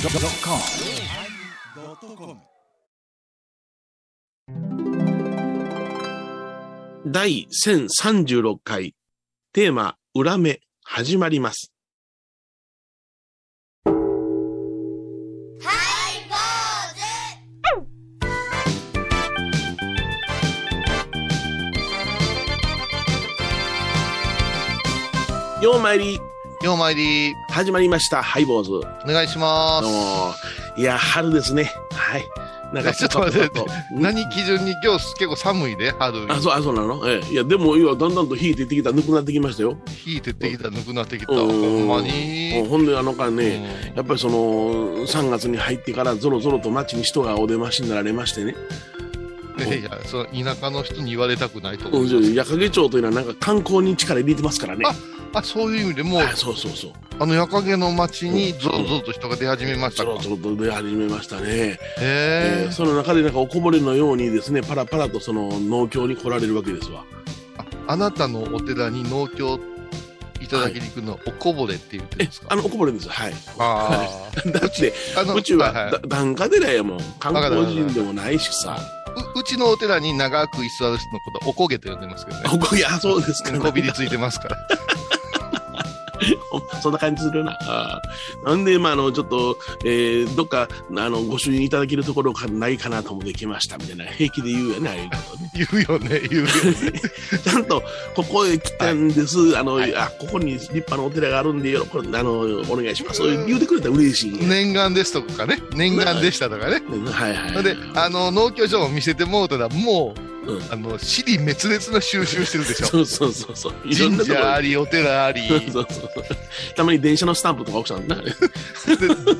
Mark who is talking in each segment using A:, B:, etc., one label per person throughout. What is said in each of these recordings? A: yosmir
B: 第1036回、テーマ、裏目、始まります。ようまいり、
C: ようまいり、
B: 始まりました、ハイボーズ。どう
C: お願いします。
B: も。いや、春ですね。はい。なんか、
C: ちょっと待って
B: ぽかぽかと
C: 何基準に今日結構寒いで、春。
B: あ、そう、あ、そうなのええ。いや、でも、いや、だんだんと火出てきた、なくなってきましたよ。
C: 火出てきた、ぬくなってきた。
B: うん
C: ほんま
B: もう
C: に。
B: ほんで、あの間
C: う
B: ね、
C: ん
B: やっぱりその3月に入ってからぞろぞろと街に人がお出ましになられましてね、
C: いやいや、その田舎の人に言われたくないと思
B: う
C: います
B: ん、矢掛町というのはなんか観光に力入れてますからね。
C: あ、そういう意味でもう、
B: はい、そうそうそう。
C: あの夜影の町にゾロゾロと人が出始めまし
B: ぞ
C: たか
B: ろ。ぞろと出始めましたね。え
C: へ
B: ー
C: え。
B: その中でなんかおこぼれのようにですね、パラパラとその農協に来られるわけですわ。
C: ああなたのお寺に農協いただきに行くの、おこぼれって言ってるんです
B: あ
C: か
B: のおこぼれです。 はい。
C: あ
B: だって、
C: あ。あの
B: うちは
C: はいはい
B: だ檀家寺やもん。観光人でもないしさ。
C: ううちのお寺に長く居座る人のこと、おこげと呼んでますけどね。
B: おこいや、そうですか、
C: こびりついてますから。
B: そんな感じするな。あーなんで、まあ、あの、ちょっと、えーどっか、あの、ご主人いただけるところがないかなと思って来ました、みたいな。平気で言うよね、ああいうこと ね。
C: 言うよね、言うよね。
B: ちゃんと、ここへ来たんです。あの、
C: はい
B: あ、ここに立派なお寺があるんで、よろこれ、あの、お願いします。そういう言うてくれたら嬉しい。ね。
C: 念願ですとかね、念願でしたとかね。
B: はいはい。
C: ほんで、あの、農協所を見せてもうたら、もう、
B: うん
C: あの、死に滅裂な収集してるでしょ。
B: そうそうそうそう。いろんな
C: 神
B: とこ
C: 社あ
B: ろ
C: り、お寺あり、
B: そうそうそうたまに電車のスタンプとか奥さんな。
C: で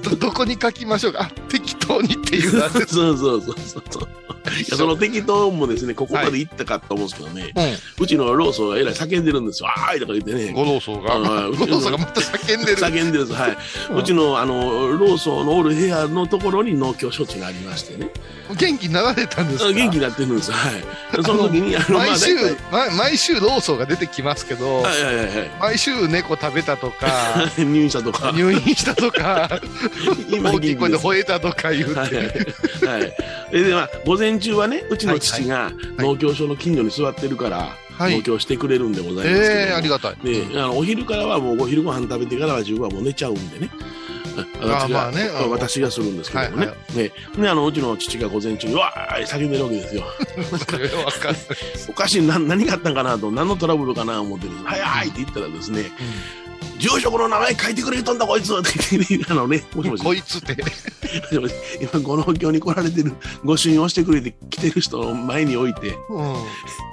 C: どどこに書きましょうか、あ適当にっていうあれです
B: そうそうそうそう。いやその適当もですね、ここまで行ったかと思うんですけどね。うちのローソンがえらい叫んでるんですよ。あーいとか言って
C: う
B: ね
C: ん、。ご老僧が、
B: ああ
C: ご老僧がまた叫んでる、
B: 叫んでるんです。はい。
C: うん
B: うちの、あの、ローソンのおる部屋のところに農協処置がありましてね。
C: 元気になられたんですか
B: あ元気になってるんです。はい。 その時に、あの、
C: 毎週、
B: まあ大体
C: ま毎週老僧が出てきますけど、
B: はいはいはいは
C: 毎週猫食べたとか、
B: い。 入院者とか、
C: 入院したとか、
B: 今
C: 大きい声で
B: 元
C: 吠えたとか言う
B: 気
C: て。
B: ですはい。はいえで、まあ、午前中はね、うちの父が農協所の近所に座ってるから、
C: はい
B: 農協してくれるんでございますけども。
C: ええあり がたい。
B: ねあのお昼からはもうお昼ご飯食べてからは自分はもう寝ちゃうんでね。
C: あ
B: 私
C: ま
B: が
C: あねあの
B: 私がするんですけどもね。
C: はいは
B: ねねあのうちの父が午前中にわーい叫んでるわけですよ。
C: それはわかんない。
B: おかしいな何があったんかなと何のトラブルかな思ってですねはいはいって言ったらですね、住職の名前書いてくれとんだこいつって言ってねあのねもしもし
C: こいつって。
B: もしもし今ご農協に来られてる御朱印をしてくれて来てる人の前に置いて
C: うん。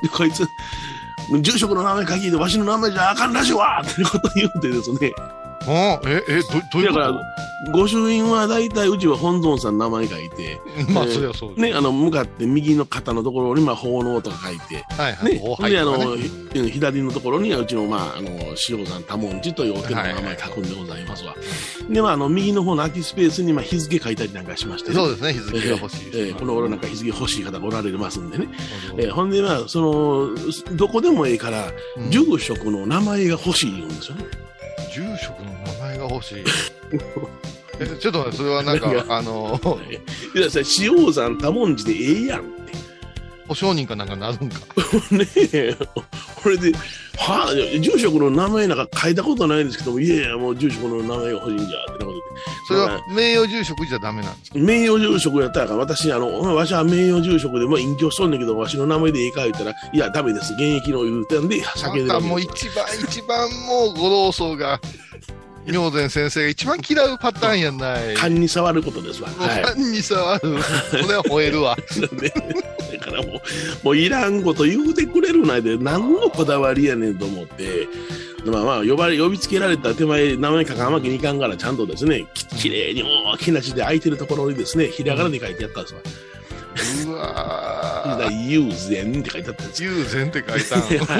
B: でこいつ住職の名前書きでわしの名前じゃあかんらしいわってこと言ってですね
C: あえ、え、どどういう
B: だ
C: こ
B: から
C: と、
B: 御朱印は大体うちは本尊さんの名前書いて、
C: まあ、
B: えー
C: そりゃそうです。
B: ね、あの、向かって右の肩のところに、まあ、奉納とか書いて、
C: はいはい。
B: ね、
C: 後
B: ほん
C: 輩
B: で、あ
C: とかね
B: の、ひ左のところにはうちの、まあ、あの、塩山多文字というお寺の名前書くんでございますわ。で、まあ、あの、右の方の空きスペースに、まあ、日付書いたりなんかしましてね、
C: そうですね、日付が欲しい
B: え
C: です。
B: ーこの頃なんか日付欲しい方がおられますんでね。
C: うん
B: えーほんで、まあ、その、どこでもええから、
C: うん
B: 住職の名前が欲しい言うんですよね。
C: 住職の名前が 欲しい。えちょっと待って、それはなんか
B: 何、
C: あの、
B: いや、それ塩山多文字でええやんって。
C: 保証人かなんかなるんか。
B: ねえ、これで、はあ、住職の名前なんか書いたことないんですけども、いやいや、もう住職の名前が欲しいんじゃ、ってなこと
C: それは名誉住職じゃダメなんですか
B: で。名誉住職やったらあかん、私、あの、お前わしは名誉住職で、まあ、隠居しとんねんけど、わしの名前でええか言ったら、いや、ダメです、現役の言うてんで、
C: あ
B: 酒で
C: ん
B: 飲
C: た
B: み
C: もう一番、一番もうご老僧が、明前先生が一番嫌うパターンやない。
B: 勘に触ることですわ。
C: もう
B: はい。
C: ンに触る。それは吠えるわ。
B: ねだからもう、もういらんこと言うてくれるないで、何のこだわりやねんと思って、まあまあ、呼ばれ、呼びつけられた手前、名前書かんわけにいかんから、ちゃんとですね、ききれいに大きな字で空いてるところにですね、ひらがなで書いてあったんですわ。
C: うわ
B: だ
C: ー。
B: 友禅って書いてあったんですよ。
C: 友禅って書い
B: は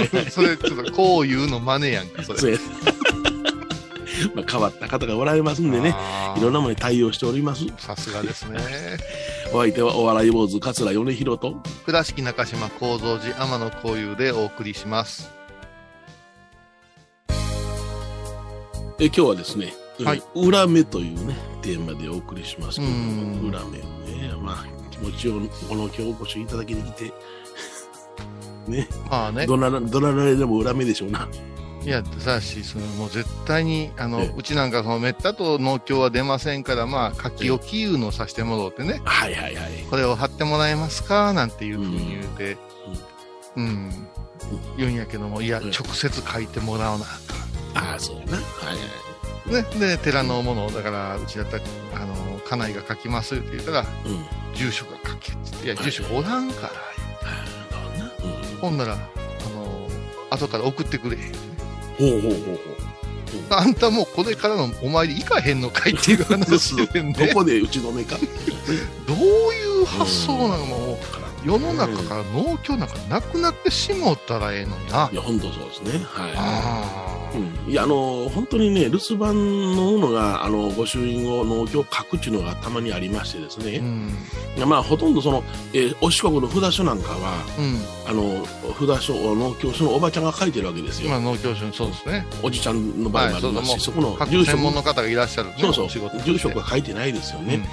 B: い
C: た
B: は
C: ん。それちょっとこういうの真似やんか、それ。
B: そうやまあ変わった方がおられますんでね、
C: あー
B: いろんなものに対応しております。
C: さすがですね。
B: お相手はお笑い坊主、桂米広と、
C: 倉敷中島幸三寺天野幸雄でお送りします。
B: え今日はですね、
C: はい
B: 裏目というね、テーマでお送りしますけども、
C: うん
B: 裏目ね、まあ、気持ちをこの今日お越しいただきに来て、ね、
C: まあね、
B: どなら、どなられでも裏目でしょうな。
C: いや、さあし、そのもう絶対に、あの
B: ええ、
C: うちなんかそのめったと農協は出ませんから、まあ、柿をきいうのをさしてもろうってね、
B: はいはいはい。
C: これを貼ってもらえますかなんていうふうに言うて、うん、言うんやけども、いや、
B: うん
C: 直接書いてもらうな。
B: ああ、そうやな。はいはい。
C: ね、で、寺のものを、だから、うちだったら、あの、家内が書きますって言ったら、
B: うん。
C: 住所が書けって言って、いや、住所おらんから。
B: ああ、なるほどな。うん
C: ほんなら、あの、後から送ってくれ。
B: ほうほうほうほう。
C: あんたもうこれからのお参り行かへんのかいっていう話でね。
B: ど こでうちのめか。。
C: どういう発想なのもう世の中から農協なんかなくなってしもうたらええのにない
B: や、本当そうですね。は
C: あ
B: い。うん、いや、あの、本当にね、留守番ののが、あの、御朱印を農協各地のがたまにありましてです
C: ーう
B: ね。
C: ん。
B: まあ、ほとんどその、えーお四国の札所なんかは、
C: うん。
B: あの、札所、農協所のおばちゃんが書いてるわけですよ。
C: 今農協所にそうですね。
B: おじちゃんの場合もありますし、
C: はい
B: そこの
C: 各
B: 住
C: 専
B: 職
C: 門の方がいらっしゃるね。
B: そうそう
C: お仕事、
B: 住職は書いてないですよね。
C: ね。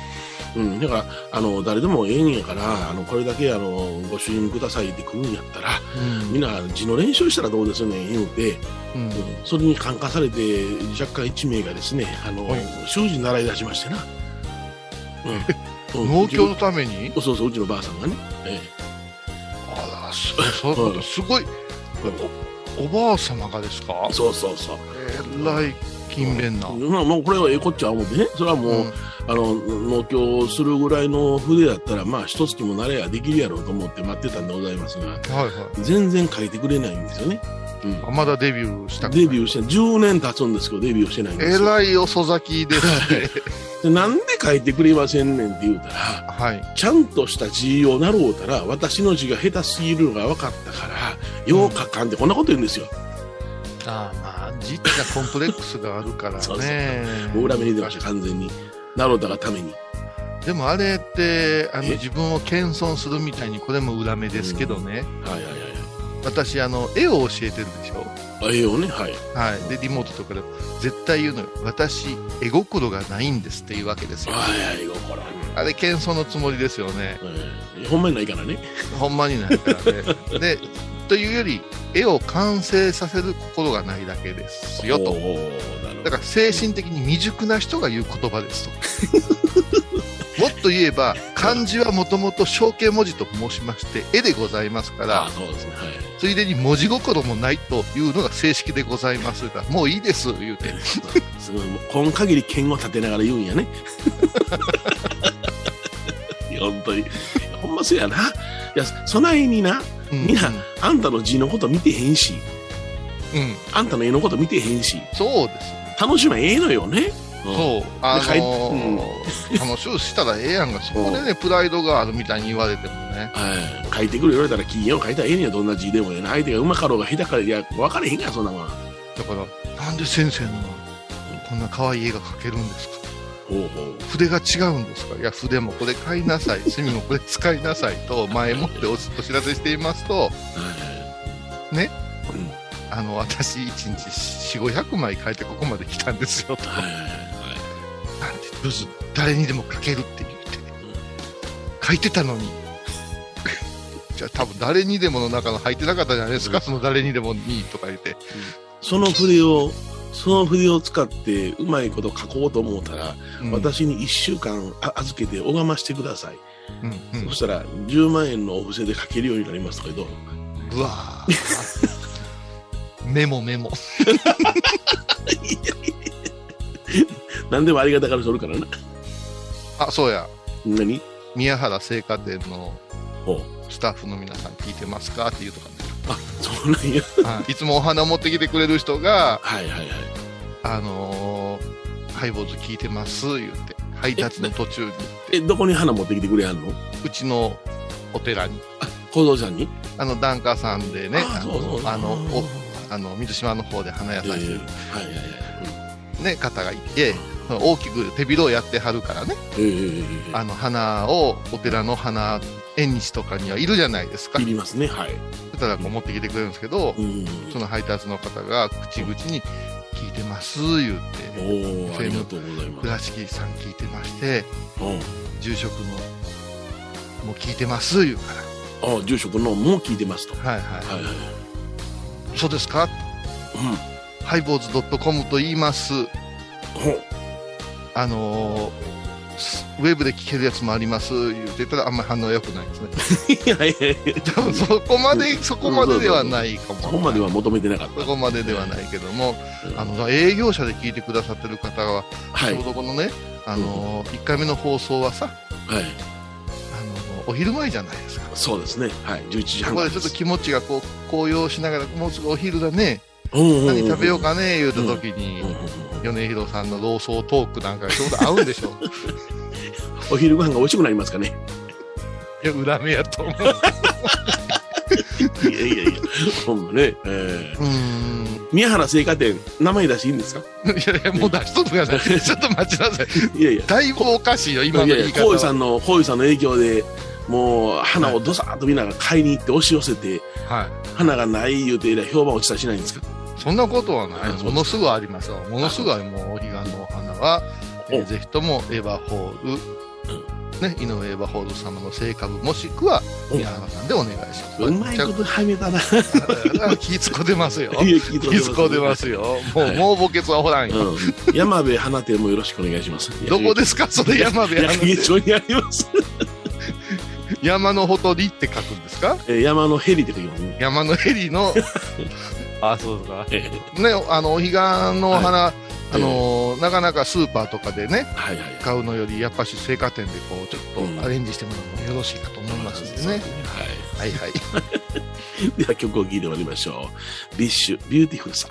B: うん、だからあの誰でもええんやからあのこれだけあのご主人くださいって来るんやったら
C: うん
B: みんな字の練習したらどうですよね言うて、
C: うん
B: うんそれに感化されて若干1名がですねあの、
C: はい
B: 習字習い出しましてな、 うん
C: 農協のために
B: そうそううちのばあさんがね、え
C: あら、そそういうことすごい。おおばあ様がですか
B: えそうそうそう
C: えらい勤勉な。
B: まあもうこれはええこっちゃ思ってねそれはもう、
C: うん
B: あの農協するぐらいの筆だったらまあ一月も慣れやできるやろうと思って待ってたんでございますが
C: はいはい。
B: 全然書いてくれないんですよね、うん、
C: あまだデビューした。
B: デビューしててない10年経つんですけどデビューしてないんで
C: え
B: すよ
C: らい遅咲きですね。
B: でなんで書いてくれませんねんって言うたら
C: はい。
B: ちゃんとした字を習うたら私の字が下手すぎるのが分かったからよう書かんってこんなこと言うんですよ、
C: ああまあ、実はコンプレックスがあるからね。
B: そうもう裏目に出ました完全に習うたがために
C: でもあれって、あの
B: え
C: 自分を謙遜するみたいに、これも裏目ですけどね。
B: はいはいはい
C: 私、あの、絵を教えてるでしょ。
B: あええよねはい
C: はい。で、リモートとかでも絶対言うのよ。私、絵心がないんですっていうわけですよ。
B: はいはい心、
C: あれ、謙遜のつもりですよね。
B: ええほんまにないからね
C: ほんまにないからね。で、というより、絵を完成させる心がないだけですよ
B: お
C: と。
B: ーなるほ
C: だ
B: ど
C: から精神的に未熟な人が言う言葉ですと。もっと言えば漢字はもともと象形文字と申しまして絵でございますか
B: ああ
C: ら
B: そうですねはい
C: ついでに文字心もないというのが正式でございますがもういいです言うて
B: すごい、もう、この限り剣を立てながら言うんやね。 いや本当に。ほんまそうやな。いや、そないにな、
C: うん
B: みんなあんたの字のこと見てへんし、
C: うん
B: あんたの絵のこと見てへんし、
C: そうです
B: 楽しめばええのよね。うん
C: そうあ
B: で
C: のー楽しゅうしたらええやんがそこでねプライドがあるみたいに言われてもね
B: はい。書いてくる言われたら金を書いたらええねや、どんな字でもやな。相手がうまかろうが下手かろうが、いや、分かれへんやん、そんなもん。
C: だからなんで先生のこんな可愛い絵が描けるんですか
B: ほうほう。
C: 筆が違うんですかいや筆もこれ買いな さい墨もこれ使いなさいと前もってお知お知らせしていますと
B: はい
C: ね
B: うん
C: あの私1日4500枚書いてここまで来たんですよと
B: はい
C: なん
B: はいはい
C: てブス誰にでも書けるって言って書いてたのに じゃあ多分誰にでもの中の入ってなかったじゃないですかその誰にでもにとか言って
B: その筆を、その筆を使ってうまいこと書こうと思ったら、
C: うん
B: 私に1週間あ預けて拝ましてください、
C: うんうん
B: そしたら10万円のお布施で書けるようになりますけど
C: うわー メモメモ
B: 何でもありがたからそるからな
C: あそうや
B: 何
C: 宮原製菓店の
B: ほう
C: スタッフの皆さん聞いてますかっていうとかね、
B: あそうなんや
C: はい、いつもお花持ってきてくれる人が、
B: はいはいはい
C: あのーハイボーズ聞いてます言って配達の途中に
B: えどこに花持ってきてくれはんの
C: うちのお寺に
B: 小僧さんに
C: あの檀家さんでね
B: あ
C: あ
B: そうそう
C: のあの
B: うん
C: おあの水島の方で花屋
B: ええ
C: さんしてる、
B: はいはいはい
C: ね、方がいて大きく手広をやってはるからね
B: ええええ
C: あの花をお寺の花縁日とかにはいるじゃないですか
B: いりますねはい
C: そしたらこう持ってきてくれるんですけど
B: うん
C: その配達の方が口々に、聞いてます、言う
B: お
C: て、
B: おありがとうございます
C: 倉敷さん聞いてまして、
B: うん
C: 住職も、もう聞いてます、言うか
B: あ住職のも聞いてますとは
C: ら、はいはい
B: はいはい
C: い、そうですか、
B: う
C: ハイボーズ .com と言います、
B: んほう
C: あのーすウェブで聞けるやつもあります、言うてたら、あんまり反応良くないですね。
B: いやいやいや
C: 多分そこまで、そこまでではないかも。
B: そこまでは求めてなかった
C: そこまでではないけども、あの営業者で聞いてくださってる方は、
B: は
C: ち
B: い
C: ょうどこのね、あの1回目の放送はさ、
B: はい
C: あのお昼前じゃないですか。
B: そうですねはい11時
C: こ
B: 半
C: こ
B: から
C: でちょっと気持ちがこう紅葉しながら、もうすぐお昼だね、何
B: 何
C: 食べようかね、言うた時に、米広さんの老僧トークなんかがちょうど合うんでしょう。
B: お昼ご飯が美味しくなりますかね
C: いや、裏目やと思う。
B: いやいやいやほんまねえー
C: うーん。
B: 宮原製菓店名前出していいんですか
C: いやいや、もう出しとってください。ちょっと待 ちなさい。
B: いやいや
C: だいぶおかしいよ、今の
B: いやい
C: 言
B: や
C: い方
B: こういうさ
C: は。
B: んのこういうさんの影響でもう花をどさっとみんなが買いに行って押し寄せて
C: はい。
B: 花がない言うて以来評判落ちたりしないんですか
C: そんなことはな
B: あ
C: い。ものすぐありますよ。ものすぐありもう、お彼岸のお花は、えー
B: お
C: ぜひともエヴァホール、ね、井上エヴァホール様の成果部、もしくは、
B: お
C: 宮原さんでお願いします。
B: うまいことはめたない
C: と。 気つこでま すよ。
B: や聞いて
C: 気つこでますよ。も
B: は
C: う、
B: い
C: もう墓穴はほらんよ。
B: うん山部花店もよろしくお願いします。
C: どこ
B: で
C: ですかそれ山部
B: 矢
C: 屋
B: 影町にあります。
C: 山のほとりって書くんですか
B: えー山のヘリって書きますね。
C: 山のヘ リの、あ、そうですか。
B: えー
C: ね、あの、お彼岸のお花、あのーなかなかスーパーとかでね、
B: はいはい。
C: 買うのよりやっぱし青果店でこうちょ
B: う
C: っ
B: ん
C: とアレンジしてもらうのもよろしいかと思いますんでね、
B: は
C: はいはい
B: い。では曲を聴いて終わりましょう。ビッシュ、ビューティフルさん。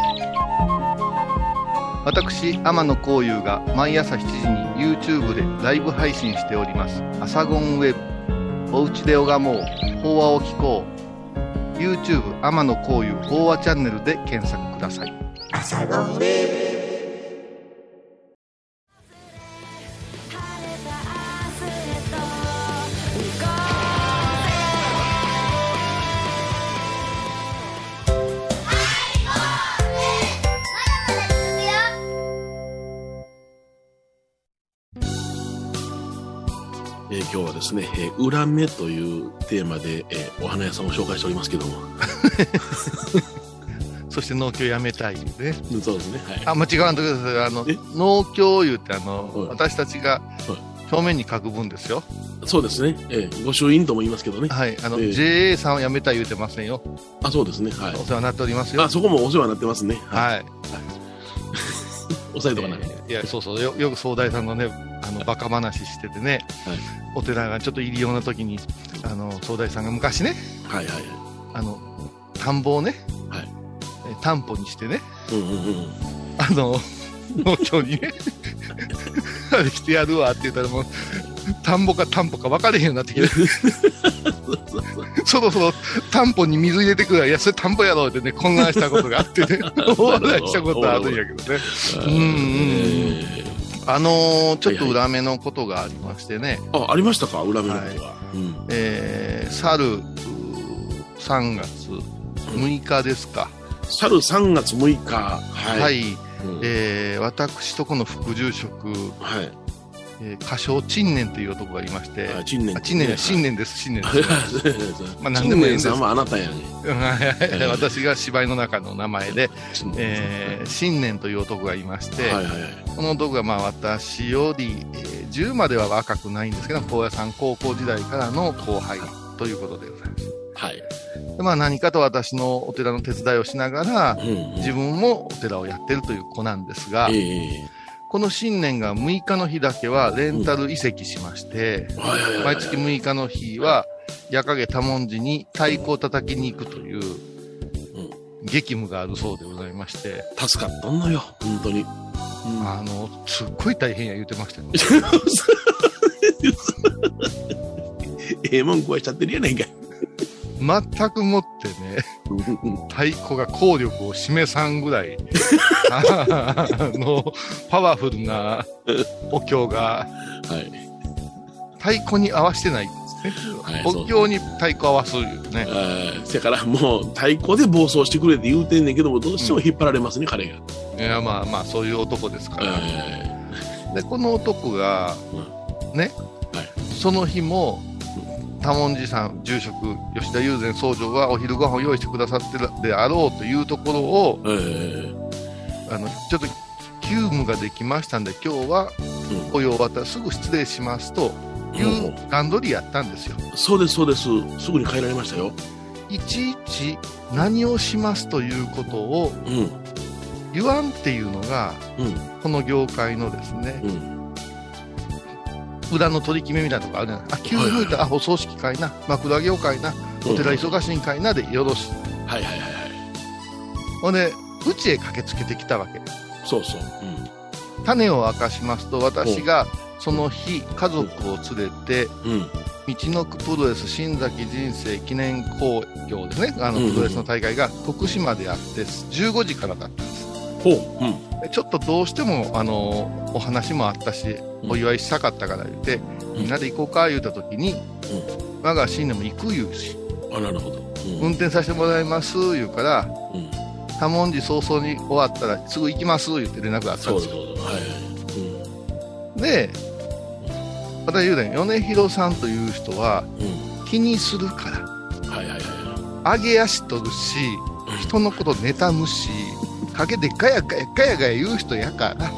C: 私天野幸雄が毎朝7時に YouTube でライブ配信しております「アサゴンウェブ」「おうちで拝もう法話を聞こう」YouTube 天野幸雄法話チャンネルで検索ください
B: えー今日はですね、えー裏目というテーマで、えーお花屋さんを紹介しておりますけども。
C: そして農協やめたいね
B: そうですね。はい。
C: あ間違わんとくださいあの
B: え
C: 農協言うてあの、
B: はい
C: 私たちが表面に書く分ですよ
B: そうですね。えー御朱印とも言いますけどね。
C: はいあの、
B: ええ
C: JA さんをやめたい言うてませんよ
B: あ、そうですね。はい
C: お。世話になっておりますよ
B: あ、そこもお世話になってますね。い。
C: はい
B: 押さえとかな。
C: えーいやそうそうよよく総大さんのねあのバカ話しててね、
B: はい
C: お寺がちょっと入り用な時にあの総大さんが昔ね
B: はいはいは
C: あの田んぼをね、
B: はい
C: えー担保にしてね
B: い。うんうんうん。
C: あの農協にねあれ来てやるわって言ったらもう田んぼか担保か分かれへんようになってきて
B: そうそうそう。
C: そろそろ担保に水入れてくるわいやそれ田んぼやろうってね混乱したことがあってね大笑いしたことはあるんやけどね
B: うん
C: うん
B: え
C: あのーちょっと裏目のことがありましてね、
B: ーあ、ありましたか裏目のことは。うん
C: えー、去るうー3月6日ですか、
B: 去る3月6日。は
C: はい、
B: い。うん
C: えー私とこの副住職、
B: はい。
C: えー、歌唱陳年という男がいまして、
B: あ陳年
C: あ陳年、新
B: 年。
C: 年です、 新年です。ま
B: ま
C: あ
B: あ、何
C: 何で
B: で
C: も
B: も
C: いいんです
B: さんはあなたやね。
C: はい私が芝居の中の名前で、
B: 陳年
C: えー、新年という男がいまして、
B: はいはいはい。
C: この男がまあ私より、えー10までは若くないんですけど、高野山高校時代からの後輩ということでございます。
B: はい。
C: でまあ、何かと私のお寺の手伝いをしながら、
B: うんうん
C: 自分もお寺をやってるという子なんですが、
B: え
C: この新年が6日の日だけはレンタル移籍しまして
B: え、はいはいはいはい。
C: 毎月6日の日は、矢影多文字に太鼓を叩きに行くという
B: うん、
C: 激務があるそうでございまして、
B: 助かったんのよ、本当に。
C: あの、すっごい大変や言うてましたね。
B: ええもん食わしちゃってるやない かい。
C: 全くもってね、太鼓が効力を示さんぐらいあのパワフルなお経が
B: はい。
C: 太鼓に合わせてないんですね、
B: はい
C: お経に太鼓合わすいうね
B: あーせやからもう太鼓で暴走してくれって言うてんねんけどもどうしても引っ張られますね、彼が、
C: いやまあまあそういう男ですから、
B: え
C: でこの男がね、
B: は
C: その日も多文字さん住職吉田友禅僧正がお昼ご飯を用意してくださってるであろうというところを
B: ーえ
C: あのちょっと急務ができましたんで今日は
B: うん
C: お湯を渡すぐ失礼しますとい
B: ー
C: う段取りやったんですよ、
B: うんそうですそうですすぐに帰られましたよ
C: いちいち何をしますということを
B: うん
C: 言わんっていうのが
B: うん
C: この業界のですね
B: うん
C: 裏の取り決めみたいなとこあるじゃないあ急
B: はいはい
C: 務だ、あお葬式かいな枕業かいなお寺忙しいんかいなでよろしい
B: はいはいはいはい
C: ほんでうちへ駆けつけてきたわけ
B: そうそう、
C: 種を明かしますと私がその日家族を連れて、
B: うんうん
C: 道のくプロレス新崎人生記念興行ですね、あの
B: うんうん
C: プロレスの大会が徳島であって、15時からだったんです。
B: ほううん
C: でちょっとどうしても、あの、お話もあったし、
B: うん
C: お祝いしたかったから言って、
B: ん
C: みんなで行こうか言うた時に、我が新年も行く言うし、
B: あなるほどうん
C: 運転させてもらいます言うから、
B: うん
C: 多文字早々に終わったらすぐ行きます言って連絡があった
B: そう
C: んです
B: そう
C: よ。
B: そうはいうん
C: で、私言うたように米広さんという人は気にするから、
B: うんはいはいは
C: 上げ足取るし人のこと妬むし陰でガヤガヤガヤガヤ言う人やからだか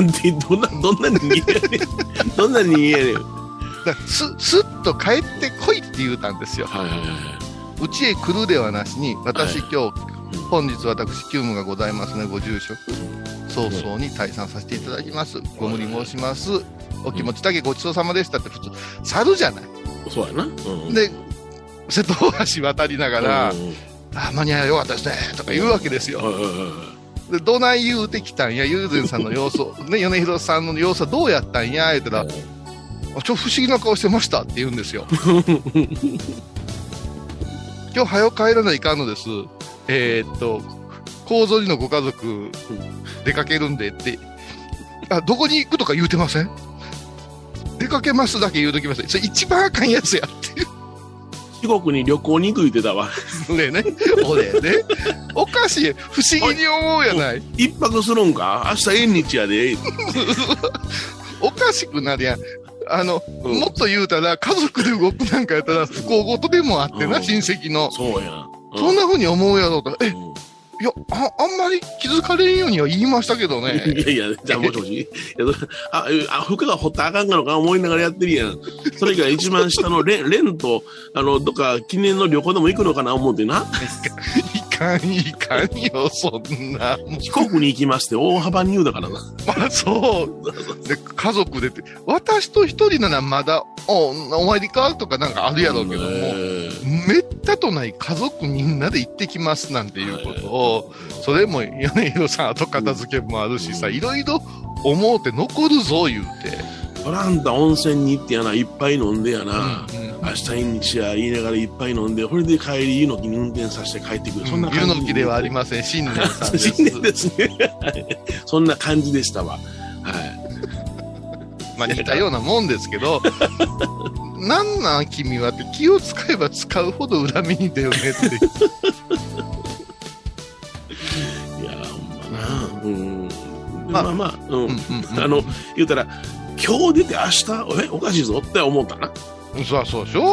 B: いでどんなどんな人間やねんどんな人間やねんは
C: らすすっと帰ってこいって言うたんですよ
B: いはいはいは
C: うちへ来るではなしに私
B: は
C: 今日
B: うん
C: 本日私急務がございますねご住職早々に退散させていただきますご無理申しますお気持ちだけごちそうさまでしたって普通猿じゃない
B: いそうやなうん
C: で瀬戸大橋渡りながら
B: うんうん
C: 「あ間に合いよかったですね」とか言うわけですよ
B: はいはいはいはい
C: でどない言うてきたんや、友禅さんの様子を、 ね、米広さんの様子はどうやったんや、言うたら、あちょ不思議な顔してましたって言うんですよ。今日、早う帰らないかんのです。えーっと、高蔵寺のご家族、出かけるんでって、あ、どこに行くとか言うてません出かけますだけ言うときました。それ一番あかんやつやって
B: 四国に旅行に行く言ってたわ。
C: いうね。俺ね。おかしい。不思議に思うやない。
B: 一泊するんか明日縁日やで。
C: おかしくなるやん。あの、
B: うん
C: もっと言うたら、家族で動くなんかやったら、不幸事でもあってな、
B: うん
C: 親戚の。
B: そうやん。
C: そんな風に思うやろうと。え、い
B: うん
C: や、ああんまり気づかれんようには言いましたけど ね。
B: いやいや、じゃあもしもし。いやそれあ、えあ服が掘ったらあかんかのか思いながらやってるやん。それ以外一番下のレン、レンと、あの、どっか記念の旅行でも行くのかな思うてな。
C: いかん、いかんよ、そん な。も
B: 四国に行きますって大幅に言うだからな。
C: うまあ、そう。で、家族でって、私と一人ならまだ、お、お参りかとかなんかあるやろうけども、
B: えー
C: めったとない家族みんなで行ってきますなんていうことを、それも米広さん後片付けもあるしさ、
B: うん
C: いろいろ思うて残るぞ言うて、
B: トランタ温泉に行ってやな、いっぱい飲んでやな。
C: うん
B: 明日縁日や言いながらいっぱい飲んで、これで帰り、湯の木に運転させて帰ってくる。そんな感
C: 湯
B: じ。
C: の木ではありません新年さんです
B: 新年ですね。そんな感じでしたわ。はい。
C: まあ似たようなもんですけど なんなん君はって気を使えば使うほど恨みに出るね っていう
B: いやー、ほんまな。うん。ま
C: ま
B: あ
C: あ
B: まあ、まあ、うん。
C: うん
B: あの、言うたら、今日出て明日、え、おかしいぞって思ったな。
C: うんそうそうでしょ、
B: う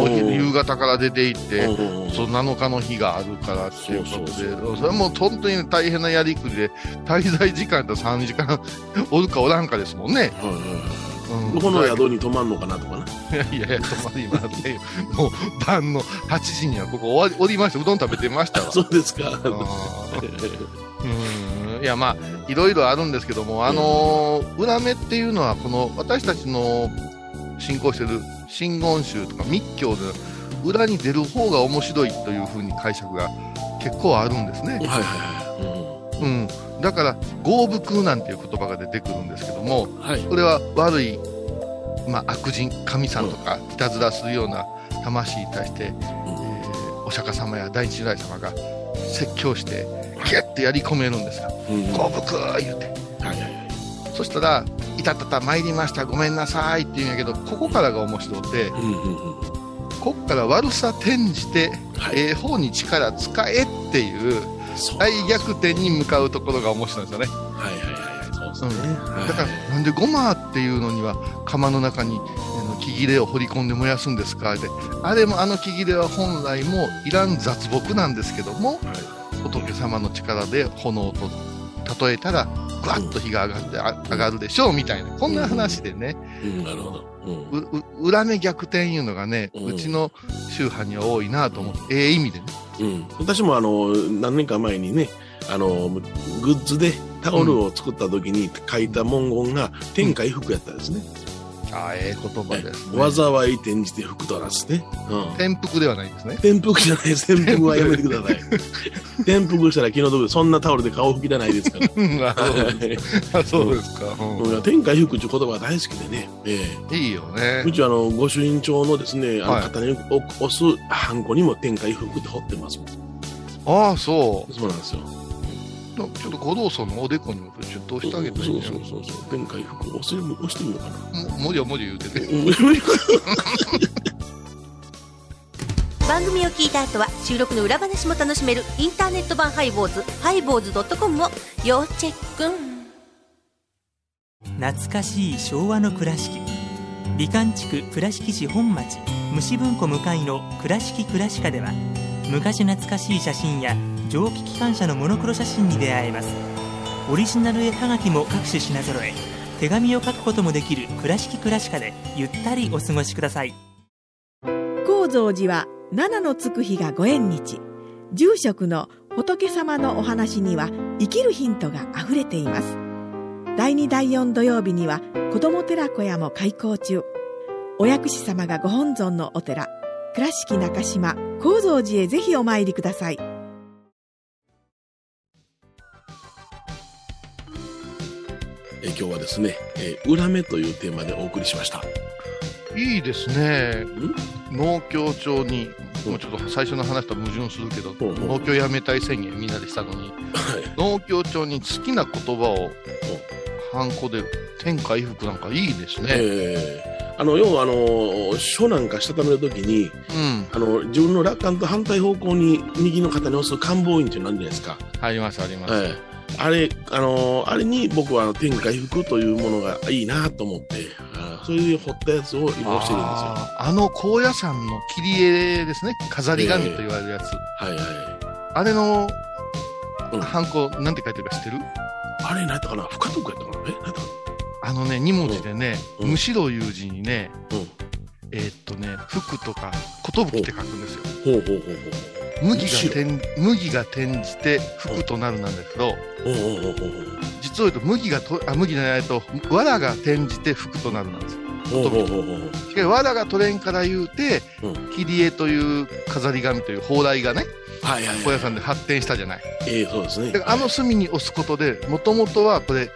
B: ん
C: お昼夕方から出て行って、
B: うんうんうん
C: そう7日の日があるからっていうことで、
B: そ
C: そう
B: そうそう
C: れはもう本当に大変なやりくりで、滞在時間と3時間 おるかおらんかですもんね。
B: はいは
C: う
B: い
C: ん、
B: この宿に泊まんのかなとかな。
C: いやいや、止まりませんよ。もう晩の8時にはここ終わりおりました。うどん食べてましたわ。
B: そうですか。
C: あーうんいや、まあ、いろいろあるんですけども、あのー裏目っていうのは、この私たちの信仰してる真言宗とか密教で、裏に出る方が面白いというふうに解釈が結構あるんですね。
B: はいはいは
C: うん、だから「豪福」なんていう言葉が出てくるんですけども
B: い。うん。はい。
C: これは悪い、まあ、悪人神さんとかいたずらするような魂に対して、えーお釈迦様や大日如来様が説教してギュッてやり込めるんですよ
B: うんは
C: 「豪福」言うて
B: いはいはい。
C: そしたら「いたたた参りましたごめんなさい」って言うんやけどここからが面白くて
B: うんうんうん。
C: ここから悪さ転じて、
B: はい
C: ええ方に力使えっていう
B: そう
C: 大逆転に向かうところが面白いんですよね。
B: はいはいはいはい。そうですね。はい
C: だからなんでごまっていうのには釜の中にあの木切れを掘り込んで燃やすんですかであれもあの木切れは本来もいらん雑木なんですけども
B: は
C: 仏様の力で炎と例えたらぐわっと火が上がってあ上がるでしょうみたいなこんな話でね
B: い。うん、なるほど。うん。
C: うう裏目逆転いうのがね
B: うん
C: うちの宗派には多いなと思ってええ意味でね
B: うん、私もあの何年か前にねあのグッズでタオルを作った時に書いた文言が「天下衣服」やったんですね
C: ああええ言葉です
B: 「
C: ね
B: 災い転じて服とらすね」うん
C: 転覆ではないんですね
B: 転覆じゃないです転覆はやめてく ださい転覆したら気の毒ですそんなタオルで顔を拭きたないです から
C: うんあ
B: はい
C: あ そうですか、うん
B: うん天下衣服っていう言葉が大好きでね、え
C: いいよね
B: えうちはあの御朱印帳のですねあの
C: はい
B: 肩に押すハンコにも天下衣服って彫ってますもん
C: ああそう
B: そうなんですよ
C: ちょっと五道荘のおでこにもちょっと押してあげたらいい
B: そ
C: ん
B: う
C: じゃ
B: そ
C: ないう
B: そうそう天下衣服押してみよう押してみようかな
C: ももりょもりょ言うてて
D: 番組を聞いた後は収録の裏話も楽しめるインターネット版ハイボーズハイボーズドットコムを要チェック
E: 懐かしい昭和の倉敷美観地区倉敷市本町虫文庫向かいの「倉敷倉敷科」では昔懐かしい写真や蒸気機関車のモノクロ写真に出会えますオリジナル絵はがきも各種品揃え手紙を書くこともできる「倉敷倉敷科」でゆったりお過ごしください
F: 高蔵寺は七のつく日がご縁日住職の仏様のお話には生きるヒントがあふれています第2第4土曜日には子ども寺小屋も開校中お薬師様がご本尊のお寺倉敷中島・高蔵寺へぜひお参りください
B: えー今日はですね、えー裏目というテーマでお送りしました。
C: いいですね農協長にもうちょっと最初の話と矛盾するけど
B: ほうほう
C: 農協やめたい宣言みんなでしたの
B: は
C: に
B: い
C: 農協長に好きな言葉をハンコで天下衣服なんかいいですね、
B: えーあの要はあの書なんかしたためるときに
C: うん
B: あの自分の楽観と反対方向に右の肩に押す官房印っていうのあるじゃないですか、
C: ありますあります、
B: ええあれあのあれに僕はあの天下衣服というものがいいなと思ってあーそれで彫ったやつを今押してるんですよ
C: あーあの高野山の切り絵ですね飾り紙と言われるやつ、
B: はいはい
C: あれの
B: うん
C: ハンコなんて書いてるか知ってる
B: あれ何やったかな深徳やったかなえ何やったか
C: あのね、2文字でね、
B: うん
C: むしろいう字にね、
B: うん
C: えーっとね、福とか、寿って書くんですよ。
B: なほうほうほう
C: 麦
B: むしろ
C: が転麦が転じて福となるなんだけど、
B: ほうほうほうほうほう
C: 実を言うと麦がと、あ、麦じゃないと、藁が転じて福となるなんですよ。
B: ほうほうほうほう
C: しかし藁が取れんから言うて
B: う、
C: 切り絵という飾り紙という蓬莱がね、
B: はいはい
C: 小
B: は
C: 屋
B: い
C: さんで発展したじゃない。
B: ええそうですね
C: だからあの隅に押すことで、もともとはこれ、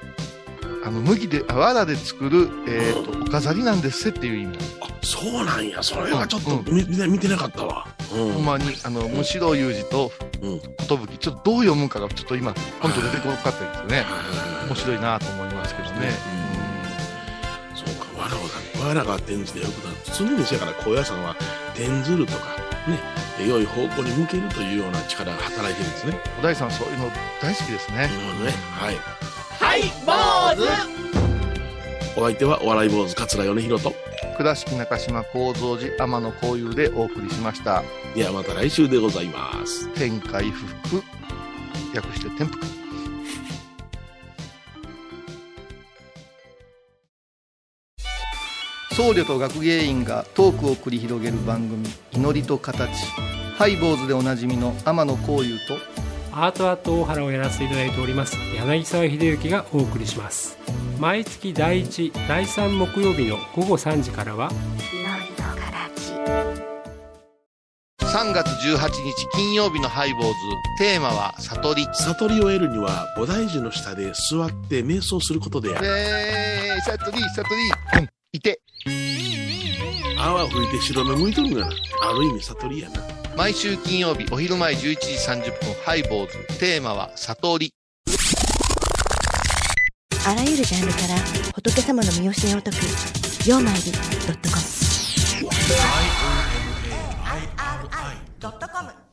C: あの麦で、あ藁で作る、えーっと、お飾りなんですっていう意味なんです
B: あそうなんやそれはちょっ
C: う
B: と
C: ん
B: 見,、見てなかったわ、うん
C: ほんまに、あの、むしろゆうじと、
B: うん
C: ことぶき、ちょっとどう読むかが、ちょっと今、本当出てこなかったですよね。面
B: はい
C: 白いなと思いますけどね。
B: そうかわらわがわらが転じてよくな常にせやから高野山は転ずるとかね良い方向に向けるというような力が働いてるんですね。なる
C: お大さん、そういうの大好きですね。
B: ほどね。はい。
A: はい坊主
B: お相手はお笑い坊主桂米宏と。
C: 倉敷中島幸三寺天野幸雄でお送りしました。
B: ではまた来週でございます。
C: 天海不服、略して天服。
G: 僧侶と学芸員がトークを繰り広げる番組「祈りと形」ハイボーズでおなじみの天野幸雄と
H: アートアート大原をやらせていただいております柳沢秀幸がお送りします毎月第1第3木曜日の午後3時からは
C: 3月18日金曜日のハイボーズテーマは悟り
B: 悟りを得るには菩提樹の下で座って瞑想することである
C: えー、悟り悟り、うん、いて
B: 泡吹いて白目向いとるんがなある意味悟りやな
C: 毎週金曜日お昼前11時30分ハイボーズテーマは悟り
F: あらゆるジャンルから仏様の身教えを解く「曜マイルドットコム」
I: ドットコム